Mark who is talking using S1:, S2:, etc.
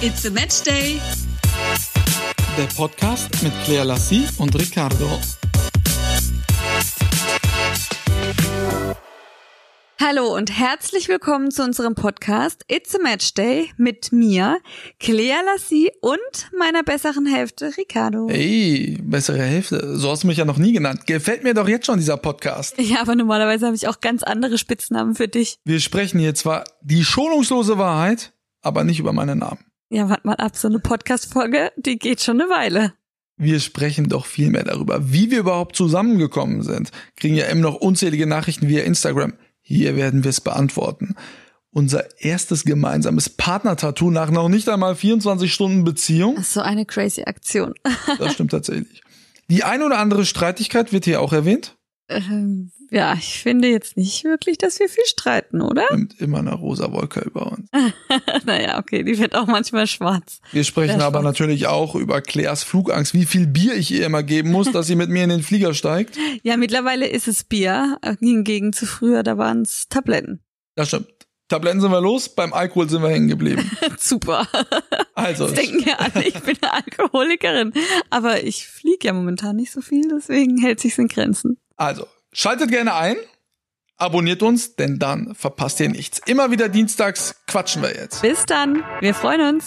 S1: It's a Match Day.
S2: Der Podcast mit Claire Lassie und Ricardo.
S1: Hallo und herzlich willkommen zu unserem Podcast It's a Match Day mit mir, Claire Lassie und meiner besseren Hälfte Ricardo.
S2: Ey, bessere Hälfte. So hast du mich ja noch nie genannt. Gefällt mir doch jetzt schon dieser Podcast.
S1: Ja, aber normalerweise habe ich auch ganz andere Spitznamen für dich.
S2: Wir sprechen hier zwar die schonungslose Wahrheit, aber nicht über meinen Namen.
S1: Ja, warte mal ab, so eine Podcast-Folge, die geht schon eine Weile.
S2: Wir sprechen doch viel mehr darüber, wie wir überhaupt zusammengekommen sind. Kriegen ja immer noch unzählige Nachrichten via Instagram. Hier werden wir es beantworten. Unser erstes gemeinsames Partner-Tattoo nach noch nicht einmal 24 Stunden Beziehung.
S1: Das ist so eine crazy Aktion.
S2: Das stimmt tatsächlich. Die ein oder andere Streitigkeit wird hier auch erwähnt.
S1: Ähm, ja, ich finde jetzt nicht wirklich, dass wir viel streiten, oder?
S2: Nimmt immer eine rosa Wolke über uns.
S1: naja, okay, die wird auch manchmal schwarz.
S2: Wir sprechen
S1: Sehr
S2: aber
S1: spannend.
S2: natürlich auch über Claires Flugangst, wie viel Bier ich ihr immer geben muss, dass sie mit mir in den Flieger steigt.
S1: Ja, mittlerweile ist es Bier, äh, hingegen zu früher, da waren es Tabletten.
S2: Das stimmt. Tabletten sind wir los, beim Alkohol sind wir hängen geblieben.
S1: Super.
S2: Also,
S1: Das denken ja alle, ich bin eine Alkoholikerin. Aber ich fliege ja momentan nicht so viel, deswegen hält sich's in Grenzen.
S2: also, schaltet gerne ein, abonniert uns, denn dann verpasst ihr nichts. Immer wieder dienstags quatschen wir jetzt.
S1: Bis dann, wir freuen uns.